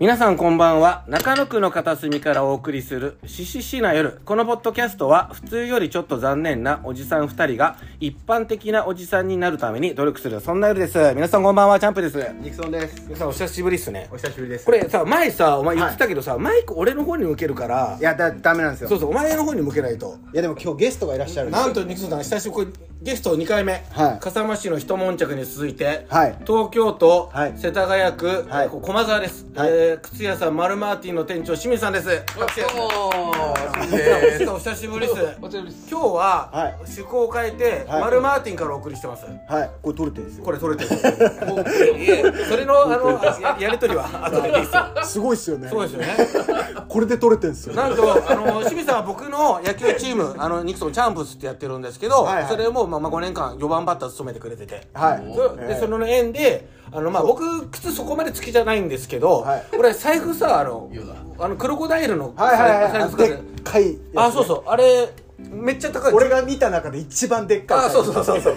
皆さんこんばんは。中野区の片隅からお送りする、しししな夜。このポッドキャストは、普通よりちょっと残念なおじさん二人が、一般的なおじさんになるために努力する、そんな夜です。皆さんこんばんは、チャンプです。ニクソンです。皆さんお久しぶりっすねお。久しぶりです。これさ、前さ、お前言ってたけどさ、マイク俺の方に向けるからい、やだダメなんですよ。そうそう、お前の方に向けないと。いやでも今日ゲストがいらっしゃるんで。なんとニクソンさん久しぶりゲスト2回目、はい笠間市の一悶着に続いて、はい東京都、はい世田谷区、はいえー駒沢です、はいえー靴屋さんマルマーティンの店長清水さんです拍手清水さんお久しぶりですお茶ぶりです今日は、はい趣向を変えて、はいマルマーティンからお送りしてますはい。これ取れてるんですよ。これ取れてるそれのあのややり取りは後でいいですよすごいっすよねそうですよね これで取れてるんですよ。なんと、あの、清水さんは僕の野球チーム、あの、ニクソンチャンプスってやってるんですけど、はいはいそれも、まあ、まあ、5年間4番バッター務めてくれてて。はい。そで、その縁で、あの、まあ、僕、靴そこまで好きじゃないんですけど、はい俺、財布さ、あのいいよな、あの、クロコダイルの、はいはいはい。あ財の布使でってっかいやつね。あ、そうそう、あれ、めっちゃ高い。俺が見た中で一番でっかい。あ、そうそうそう そう。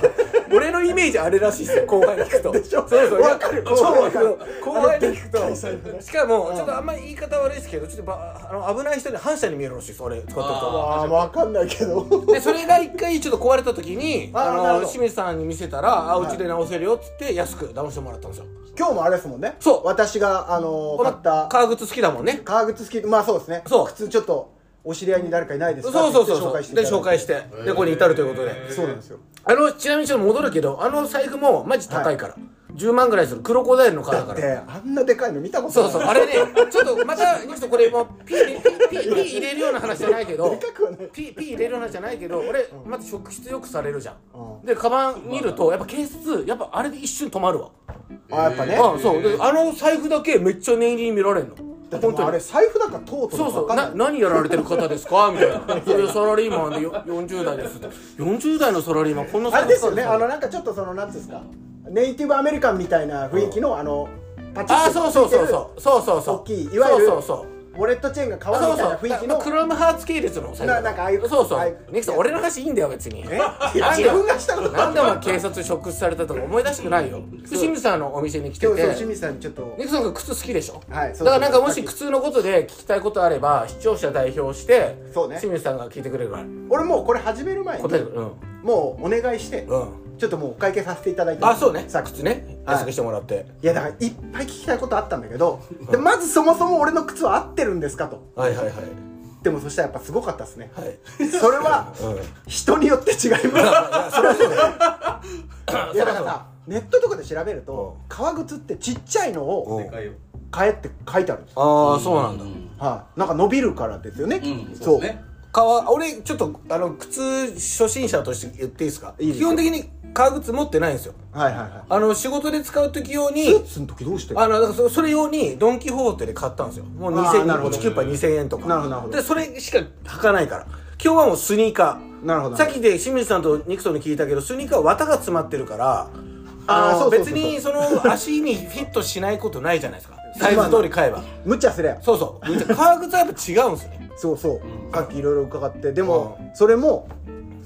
俺のイメージあれらしいっすよ、後輩に聞くと。でしょそうそう。わかるいや超わかる。後輩にでっかい聞財布くねと。しかも、ちょっとあんまり言い方悪いですけど、ちょっとば、あの、危ない人に反射に見えるらしいです、俺、使ってると。あーわかんないけど。 でそれが一回ちょっと壊れた時にあーあなるほのど清水さんに見せたら「あうちで直せるよ」っつって安く直してもらったんですよ今日もあれですもんね。そう私があのーこ買のった革靴好きだもんね革靴付きまあそうですね。そう靴ちょっとお知り合いに誰かいないでそすうか。そうそうって言ってそういでただ紹いて介してでここに至るということでそうなんですよ。あのちなみにちょっと戻るけどあの財布もマジ高いから10万ぐらいするクロコダイルの革だかでらあんなでかいの見たことそなうい。そうあれねちょっとまたニクソンこれもうピーピーピーピー入れるような話じゃないけどでかくはないピーピー入れるような話じゃないけど俺まず職質よくされるじゃんうでカバン見るとやっぱ警察やっぱあれで一瞬止まるわあやっぱね。あそうであの財布だけめっちゃ念入りに見られんのだっても本うあ当れに財布だからとうとうそうそうわかんないな何やられてる方です かみたいな「それサラリーマンでよ40代です」って40代のサラリーマンこんなあれですよ使ね、あのなんかちょっとそのなんていうんですか、ネイティブアメリカンみたいな雰囲気のあのパチあッーそうとそうついそてるうそうそうそうそう大きいいわゆるそうそうそうウォレットチェーンが変あわそるうみたいそうまな雰囲気のあクロムハーツ系列の財布ななんかああいうそうそああいううネキさん俺の話いいんだよ別にえいや 自分がしたことないなんでお前警察に職質されたとか思い出したくないよ清水さんのお店に来て今日てそう清水さんにちょっとネクソン君靴好きでしょはいそうそうだからなんかもし靴のことで聞きたいことあれば視聴者代表してそうね清水さんが聞いてくれるから俺もうこれ始める前に答えてくれうんもうお願いして、うんちょっともうお会計させていただいてあそうねさっき靴ねはい安くしてもらっていやだからいっぱい聞きたいことあったんだけどでまずそもそも俺の靴は合ってるんですかとはいはいはいでもそしたらやっぱすごかったですねはいそれはうん人によって違いますそれはそうだよ いやだからさネットとかで調べると革靴ってちっちゃいのをうん買えって書いてあるんですよああそうなんだはい、なんか伸びるからですよね、うん、そそううですね。革俺ちょっとあの靴初心者として言っていいですかいいです基よ本的に革靴持ってないんですよはいはいはあの仕事で使う時用いスーにツの時どうしてるあのだからそそれ用にドン・キホーテで買ったんですよもうあーな2000るほ円どチキュッパ2000円とかなるほどなるほどでそれしか履かないから今日はもうスニーカーなるほどさっきで清水さんとニクソンに聞いたけどスニーカーは綿が詰まってるからあーあそのうそうそう別そうにその足にフィットしないことないじゃない ですかサイズ通り買えば無茶すればそうそう革靴はやっぱ違うんですね そうそう、さっきいろいろ伺ってでも、うそれも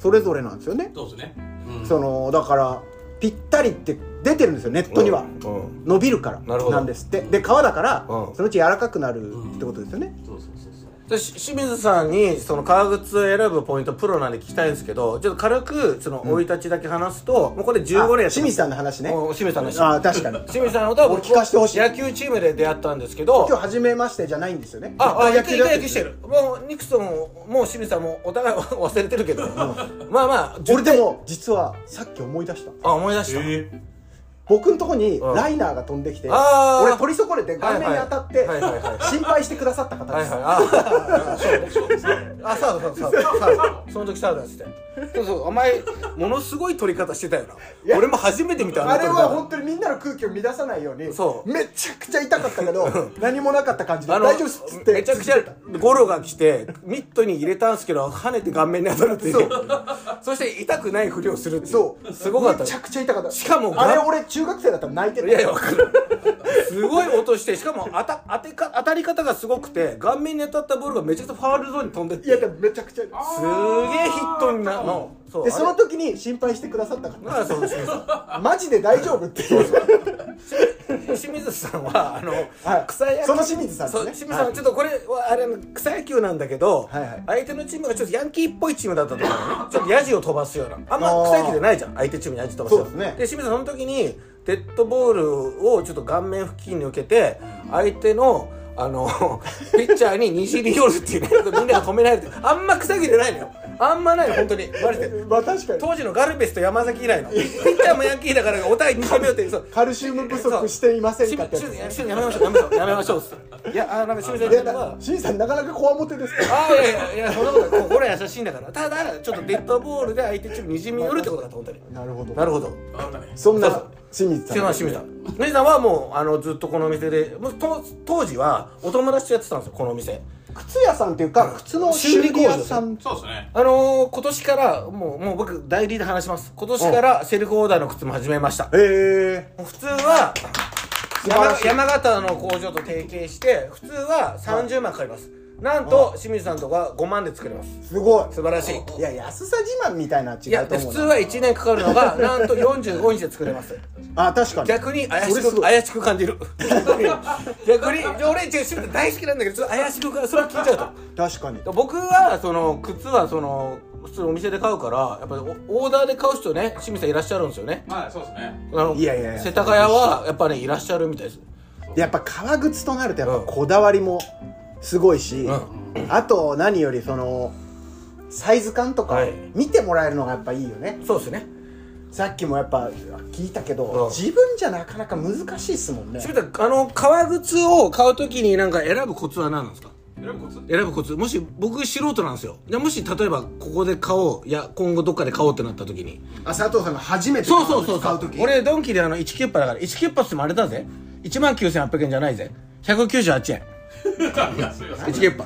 それぞれなんですよね、そうですね。うん。そのだからぴったりって出てるんですよネットには、うんうん伸びるからなるほどなんですってで皮だかうら、んそのうち柔らかくなるってことですよね、そうそうそうそう。でし清水さんにその革靴を選ぶポイントプロなんで聞きたいんですけどちょっと軽くその生い立ちだけ話すと、もうこれあ15年やって清水さんの話ねお清水さんの話あー確かに清水さんのことは僕俺聞かせてほしい野球チームで出会ったんですけど今日初めましてじゃないんですよねあ、あ、野球、野だ球してる。もう、ニクソンも、もう清水さんも、お互い 忘れてるけど。まあまあ、俺10で回。も実はさっき思い出したあ、思い出した。僕のとこにうんライナーが飛んできてあー俺取り損ねては顔い面はいに当たってはいはいはい心配してくださった方はでいすはい。あ、あ、そうそうそうそう。そうその時サードやってて。そうそう、お前、ものすごい取り方してたよな。や俺も初めて見たあれは本当当にみんなの空気を乱さないようにそうめちゃくちゃ痛かったけど何もなかった感じであ大の丈夫っすっつってめちゃくちゃゴロが来てミットに入れたんですけど跳ねて顔面に当たるっていうそうそして痛くないふりをするっていうそうすごかっためちゃくちゃ痛かったしかもあれ俺中学生だったら泣いてたいやいや、わかる。すごい音して、しかも当た当てか当たり方がすごくて、顔面に当たったボールがめちゃくちゃファールゾーンに飛んでって、いすげやえでもめちゃくちゃヒットになるの。そうでそのあれ時に心配してくださった方 まあそうですね。マジで大丈夫っていう清水さんはあの、はい草野球その清水さんでそすうね清水さんはちょっとこれはあれ草野球なんだけど、はいはい相手のチームがちょっとヤンキーっぽいチームだったとかね ちょっとヤジを飛ばすようなあんま草野球じゃないじゃん相手チームにヤジ飛ばすよそうですねで清水さんその時にデッドボールをちょっと顔面付近に受けて相手のあの ピッチャーににじり寄るっていうねみんなが止められてあんま草野球じゃないのよあんまないの本当にマジでまあ確かに当時のガルベスと山崎以来のピッチャーもヤンキーだからお互いに攻めようってそうカルシウム不足していませんかってやつ清水さんやめましょうやめましょうやめましょうっつっていやあなんか清水いやさんだは新さんなかなかこわもてですからあいやいやいやそんなことない心は優しいんだからただちょっとデッドボールで相手チームにじみ寄るってことだと本当になるほどなるほどあったねそんなそう清水さん清水さん清水さん清水さんはもうあのずっとこのお店でもうと当時はお友達とやってたんですよこのお店靴屋さんっていうか靴の修理屋さんそうですねあのー、今年からもうもう僕代理で話します今年からセルフオーダーの靴も始めましたへえ普通は素晴ら山しい山形の工場と提携して普通は30万かかりますなんと清水さんとか5万で作れますすごい素晴らしいいや安さ自慢みたいなのいは違やうとで思う普な通は1年かかるのがなんと45日で作れますあ確かに逆に怪しそれすくごい怪しく感じる 逆に俺違う清水大好きなんだけどちょっと怪しく感それは聞いちゃうと確かに僕はその靴はその普通お店で買うからやっぱりオオーダーで買う人ね清水さんいらっしゃるんですよねまあそうですねあのいやいやいや世田谷はやっぱねいらっしゃるみたいですやっぱ革靴となるとやっぱこだわりもすごいし、うんあと何よりそのサイズ感とかはい見てもらえるのがやっぱいいよね、そうですねさっきもやっぱ聞いたけうど、ん自分じゃなかなか難しいっすもんね清水さんあの革靴を買うときになんか選ぶコツは何なんですか選ぶコツ選ぶコツもし僕素人なんですよでもし例えばここで買おういや今後どっかで買おうってなったときにあ佐藤さんが初めてそうそうそうそ買うう時俺ドンキであの1キュッパだから1キュッパっつってもあれだぜ1万9800円じゃないぜ198円すいませ1んキュッパ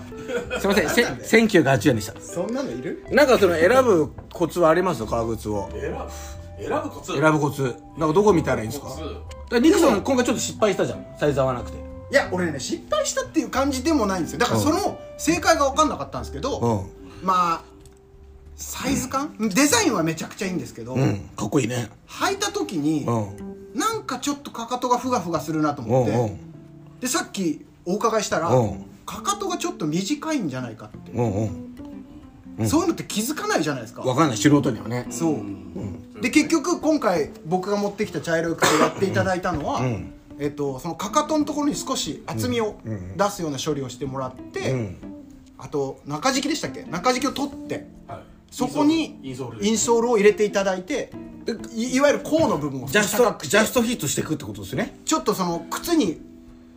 すいませんせ1908円でしたそんなのいるなんかその選ぶコツはあります革靴を選ぶ選ぶコツ選ぶコツなんかどこ見たらいいんですかコツだからニクソン今回ちょっと失敗したじゃんサイズ合わなくていや俺ね失敗したっていう感じでもないんですよだからその正解が分かんなかったんですけど、まあサイズ感デザインはめちゃくちゃいいんですけど、うんかっこいいね履いた時に、うんなんかちょっとかかとがふがふがするなとう思んっうて、んでさっきお伺いしたら、うんかかとがちょっと短いんじゃないかって、うんうんそういうのって気づかないじゃないですかわかんない素人にはねそう、で結局今回僕が持ってきた茶色い靴をやっていただいたのは、えっと、そのかかとのところに少し厚みを出すような処理をしてもらって、あと中敷きでしたっけ中敷きを取ってはいそこにインソールインソールを入れていただいていいわゆる甲の部分をジャストジャストヒットしていくってことですねちょっとその靴に、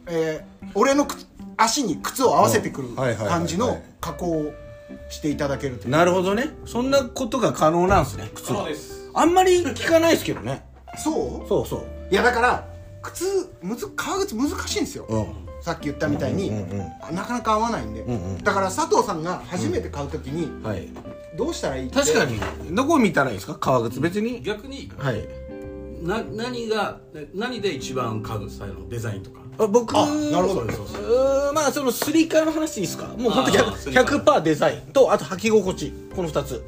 えー俺の靴足に靴を合わせてくるうんはいはいはいはい感じの加工をしていただけるというなるほどねそんなことが可能なんですね靴は可能ですあんまり聞かないですけどねそうそうそういやだから靴むず革靴難しいんですよ、うんさっき言ったみたいに、なかなか合わないんで、だから佐藤さんが初めて買うときにはいどうしたらいいって確かにどこ見たらいいですか革靴別に逆にはいな何が何で一番家具スタイルのデザインとかあ僕あなるほどそうそうそううーんまあそのスリーカーの話いいですかもうほんとあースリーカー100%デザインとあと履き心地この2つ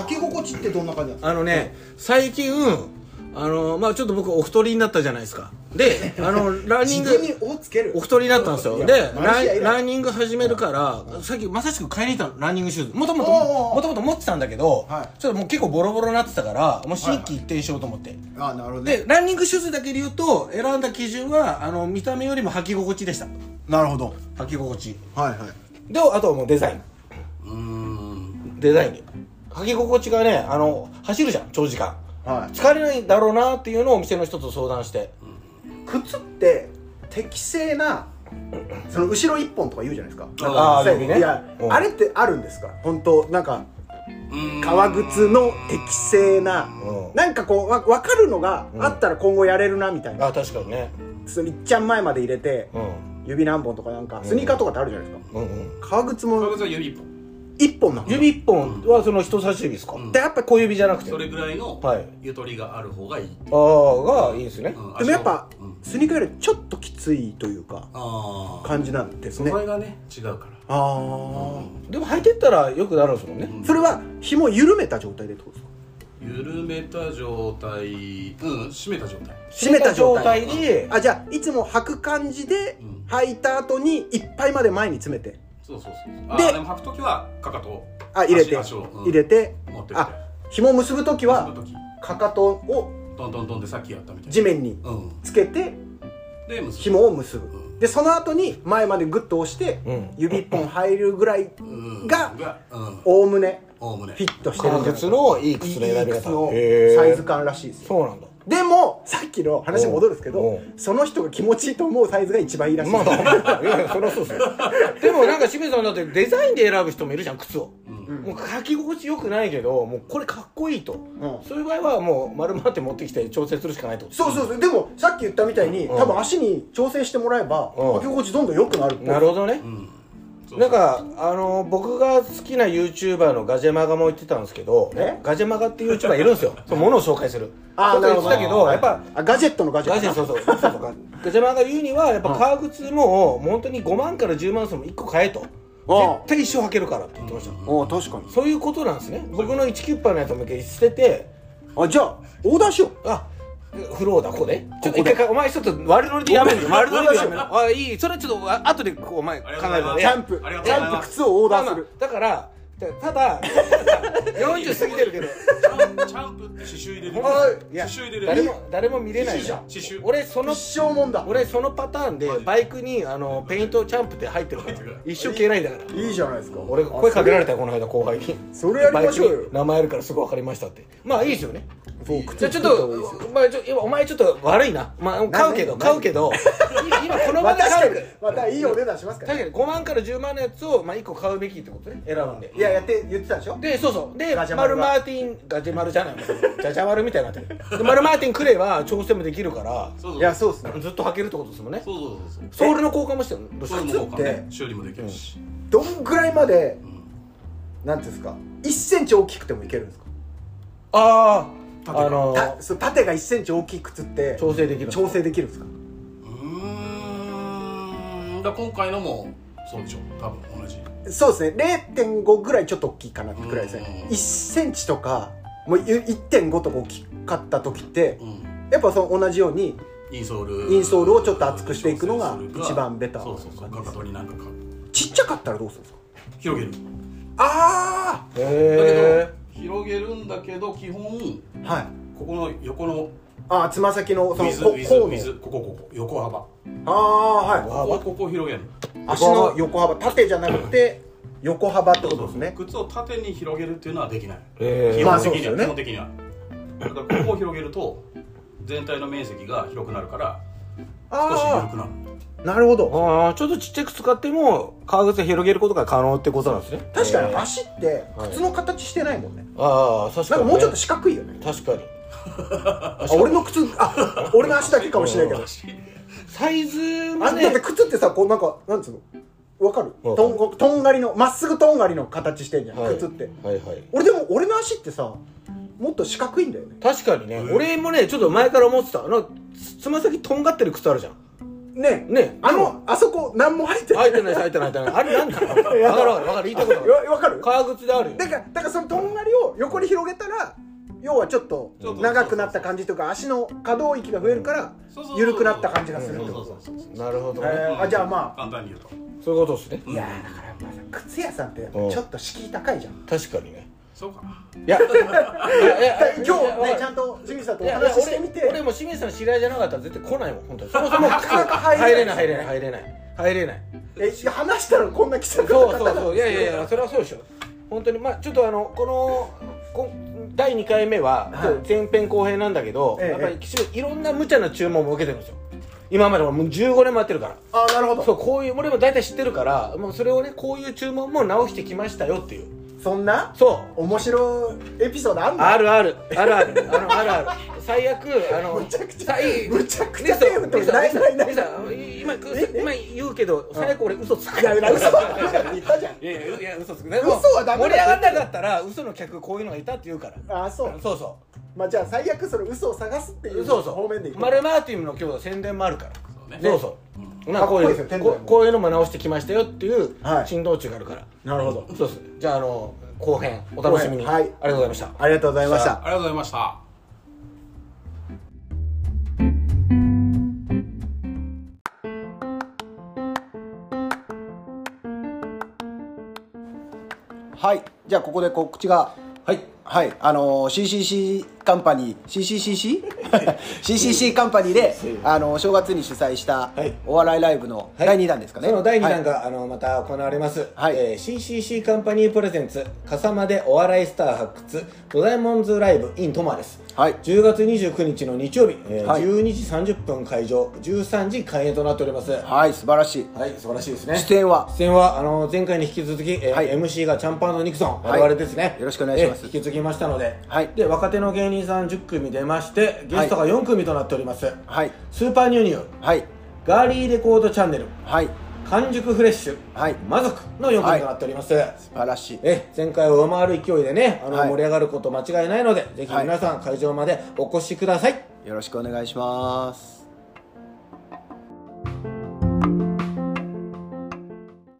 履き心地ってどんな感じなんですかあのね最近あのまあちょっと僕お太りになったじゃないですかであ のランニン自グ分にをつけるお太りになったんですよいやでマラジやンいらんランニング始めるからさっきまさしく買いに行ったのランニングシューズもともとおうおうおうもともと持ってたんだけど、はいちょっともう結構ボロボロになってたからもう新規一転しようと思って、あなるほどねでランニングシューズだけで言うと選んだ基準はあの見た目よりも履き心地でしたなるほど履き心地はいはいであとはもうデザインうーんデザインに履き心地がねあの走るじゃん長時間はい疲れないだろうなっていうのをお店の人と相談して靴って適正なその後ろ一本とか言うじゃないですかあーそう指ねいやうんあれってあるんですか本当なんかうーん革靴の適正なうんなんかこうわ分かるのがあったら今後やれるなみたいなあ確かにねそのいっちゃん前まで入れてうん指何本とかなんかスニーカーとかってあるじゃないですかうんうん革靴革も靴は指一本一本なの指一本はその人差し指ですか、んでやっぱ小指じゃなくてそれあぐらいのはいゆとりがある方がいい、あがいいですね、うんでもやっぱ足をうんスニーカーよりちょっときついというかああ感じなんです素ね材がね違うからああでも履いてったらよくなるんですもんねそれは紐緩めた状態でってことですか緩めた状態うん締めた状態締めた状態であじゃあいつも履く感じでうん履いた後にいっぱいまで前に詰めてそうそうそうあででも履く時はかかとをあ入れて足足を、うん入れて持ってってあ紐結ぶ時そはの時かかとをトントントンでさっきやったみたいな地面にうんつけてで結ぶ紐を結ぶうんでその後に前までグッと押してうん指一本入るぐらいうんががうんおおむねおおむねフィットしてる革んじゃない靴のいい靴の選いいび靴方のへーサイズ感らしいですよそうなんだでもさっきの話に戻るんですけおどうその人が気持ちいいと思うサイズが一番いいらし いまであすまあいやいやそりゃそうですよでもなんか清水さんだってデザインで選ぶ人もいるじゃん靴を、もう履き心地よくないけどもうこれかっこいいと、んそういう場合はもう丸まって持ってきて調整するしかないってことそうそうそうでもさっき言ったみたいにうん多分足に調整してもらえばうん履き心地どんどん良くなるっぽいなるほどね、うんそうなんかあの僕が好きな YouTuber のガジェマガも言ってたんですけどえガジェマガっていう YouTuber いるんですよそのものを紹介するあちょっあとなる言っほてどたけどやっぱあガジェットのガジェガッジェトそうそうそうそうガジェマガが言うにはやっぱ革靴も本当に5万から10万するも1個買えと絶対一生履けるからって言ってましたおお確かにそういうことなんですね僕の1キュッパーのやつも一回捨ててあじゃあオーダーしようあフローだここでちょっとここ一で回かお前ちょっと悪乗りでやめる悪乗りでやめごめんるあいいそれはちょっとあ後でこうお前考ありえがとうるございのますねジャンプありがとジうごャざいンプます靴をオーダーするだからただ40過ぎてるけどチャン チャンプって刺繍入れるいや刺繍入れる誰も誰も見れないじゃん刺繍俺その一生もんだ俺そのパターンでバイクにあのペイントチャンプって入ってるから一生消えないんだからいいじゃないですか俺声かけられたよこの間後輩にそれやりましょうよバイクに名前あるからすぐ分かりましたってまあいいですよねそう靴じゃあちょっと、まあ、ちょ今お前ちょっと悪いな、まあ、買うけど何買う けどい今この場までた買うまたいいお値段しますから確かに5万から10万のやつを、まあ、1個買うべきってことね選んでいややって言ってたでしょでそうそうでマガジャマルルマがーティンガジェマルじゃないもんジャジャマルみたいになってるでマルマーティンくれば調整もできるからそうそうそういやそうっすねずっと履けるってことですもんねそうそうそうそうソールの交換もしてるのそれも靴交換ね修理もできるしどんぐらいまでうんなんていうんですか1センチ大きくてもいけるんですかああ縦あのたそう縦が1センチ大きい靴って調整できる調整できるんですかうーんだから今回のもそうでしょ多分同じそうですね0.5ぐらいちょっと大きいかなってくらいですねうん1センチとかもう1.5とか大きかった時ってうんやっぱその同じようにインソールインソールをちょっと厚くしていくのが調整するか一番ベターそうそうそうかかとになんかかちっちゃかったらどうするんですか広げるあだへけど広げるんだけど基本あはいここの横のああつま先のその水こ水甲の水ここここ横幅ああえはわあここここ広げるい足の横幅縦じゃなくて横幅ってことですね靴を縦に広げるっていうのはできないえ基まあ本そう的ですよには、ね基本的にはだからここを広げると全体の面積が広くなるから少し緩あくなるあなるほどあーちょっとちっちゃく使っても革靴を広げることが可能ってことなんですね確かにえー足って靴の形してないもんねああ確なかんに、かね、もうちょっと四角いよね確かにあ俺の靴あ俺の足だけかもしれないけどサイズもあだっねて靴ってさこうなんかなんつうのわかるわとかるんとんがりのまっすぐとんがりの形してんじゃん、はい靴ってはいはい俺でも俺の足ってさもっと四角いんだよね確かにね、俺もねちょっと前から思ってたあのつつま先とんがってる靴あるじゃんねえねあのあそこ何も入ってない開いてない開いてない開いてないあれなんだろう分かる分かる分かる言いたいことあるわわかる革靴であるよだからだからそのとんがりを横に広げたら要はちょっとちょっと長くなった感じとか足の可動域が増えるからそうそうそう緩くなった感じがするってそこうそうとそうそうなるほどえーあじゃあま簡単に言うとあそういうことですねあいやーだからやっぱさ靴屋さんってやっぱちょっと敷居高いじゃん確かにねそうかないやいやいや今日ねちゃとんとジミーさんといおやいや話ししてみて俺俺も清水さんの知り合いじゃなかったら絶対来ないもん本当にそもそもなかなか入れない入れない入れない入れない入れないえいや話したらこんな気さくなそう方そうなんそういやいやいやそれはそうでしょ本当にまあちょっとあのこのこん第2回目ははい前編後編なんだけど、ええやっぱりきちんといろんな無茶な注文も受けてるんですよ今までももう15年もやってるからあなるほどそそうこういう俺も大体知ってるからもうそれをねこういう注文も直してきましたよっていうんなそう面白いエピソードあんのあるあるあるあ るあのあるある最悪あのむちゃくちゃ最むちゃくちゃ手を取るないないないリサ今今言うけど最悪俺嘘つくいや嘘 はダメだって言ったじゃんいやいやいや嘘つくね嘘はダメだ盛り上がんなかったら嘘の客こういうのがいたって言うからあそうそうそまあじゃあ最悪その嘘を探すっていううそうそう方面でいくマルマーティンの今日宣伝もあるからそうねそうそうなんかこういうかっこいいですよ店内こもこういうのも直してきましたよっていうはい振動中があるからなるほどそうっすじゃああの後編お楽しみに、後編はいありがとうございましたありがとうございましたありがとうございましたはいじゃあここで告知がはいはいあのー CCC カンパニー CCCC?CCC カンパニーで、あのー正月に主催したはいお笑いライブの第2弾ですかね、その第2は弾いが、あのまた行われます、はいえー CCC カンパニープレゼンツ「笠間でお笑いスター発掘ドラえもんズライブ in トマ」です、はい10月29日の日曜日、えーはい12時30分会場13時開演となっておりますははい素晴らしいい、素晴らしいですね出演は出演はあの前回に引き続き、えーはい MC がチャンパンのニクソン、はい我々ですねよろしくお願いしますえー引き継ぎましたので,、はいで若手の芸人さん10組出ましてゲストが4組となっております、はいスーパーニューニューはいガーリーレコードチャンネルはい完熟フレッシュ、はい魔族の4組となっております、素晴らしいえ前回を上回る勢いでねあのはい盛り上がること間違いないので、ぜひ皆さん会場までお越しくださいよろしくお願いします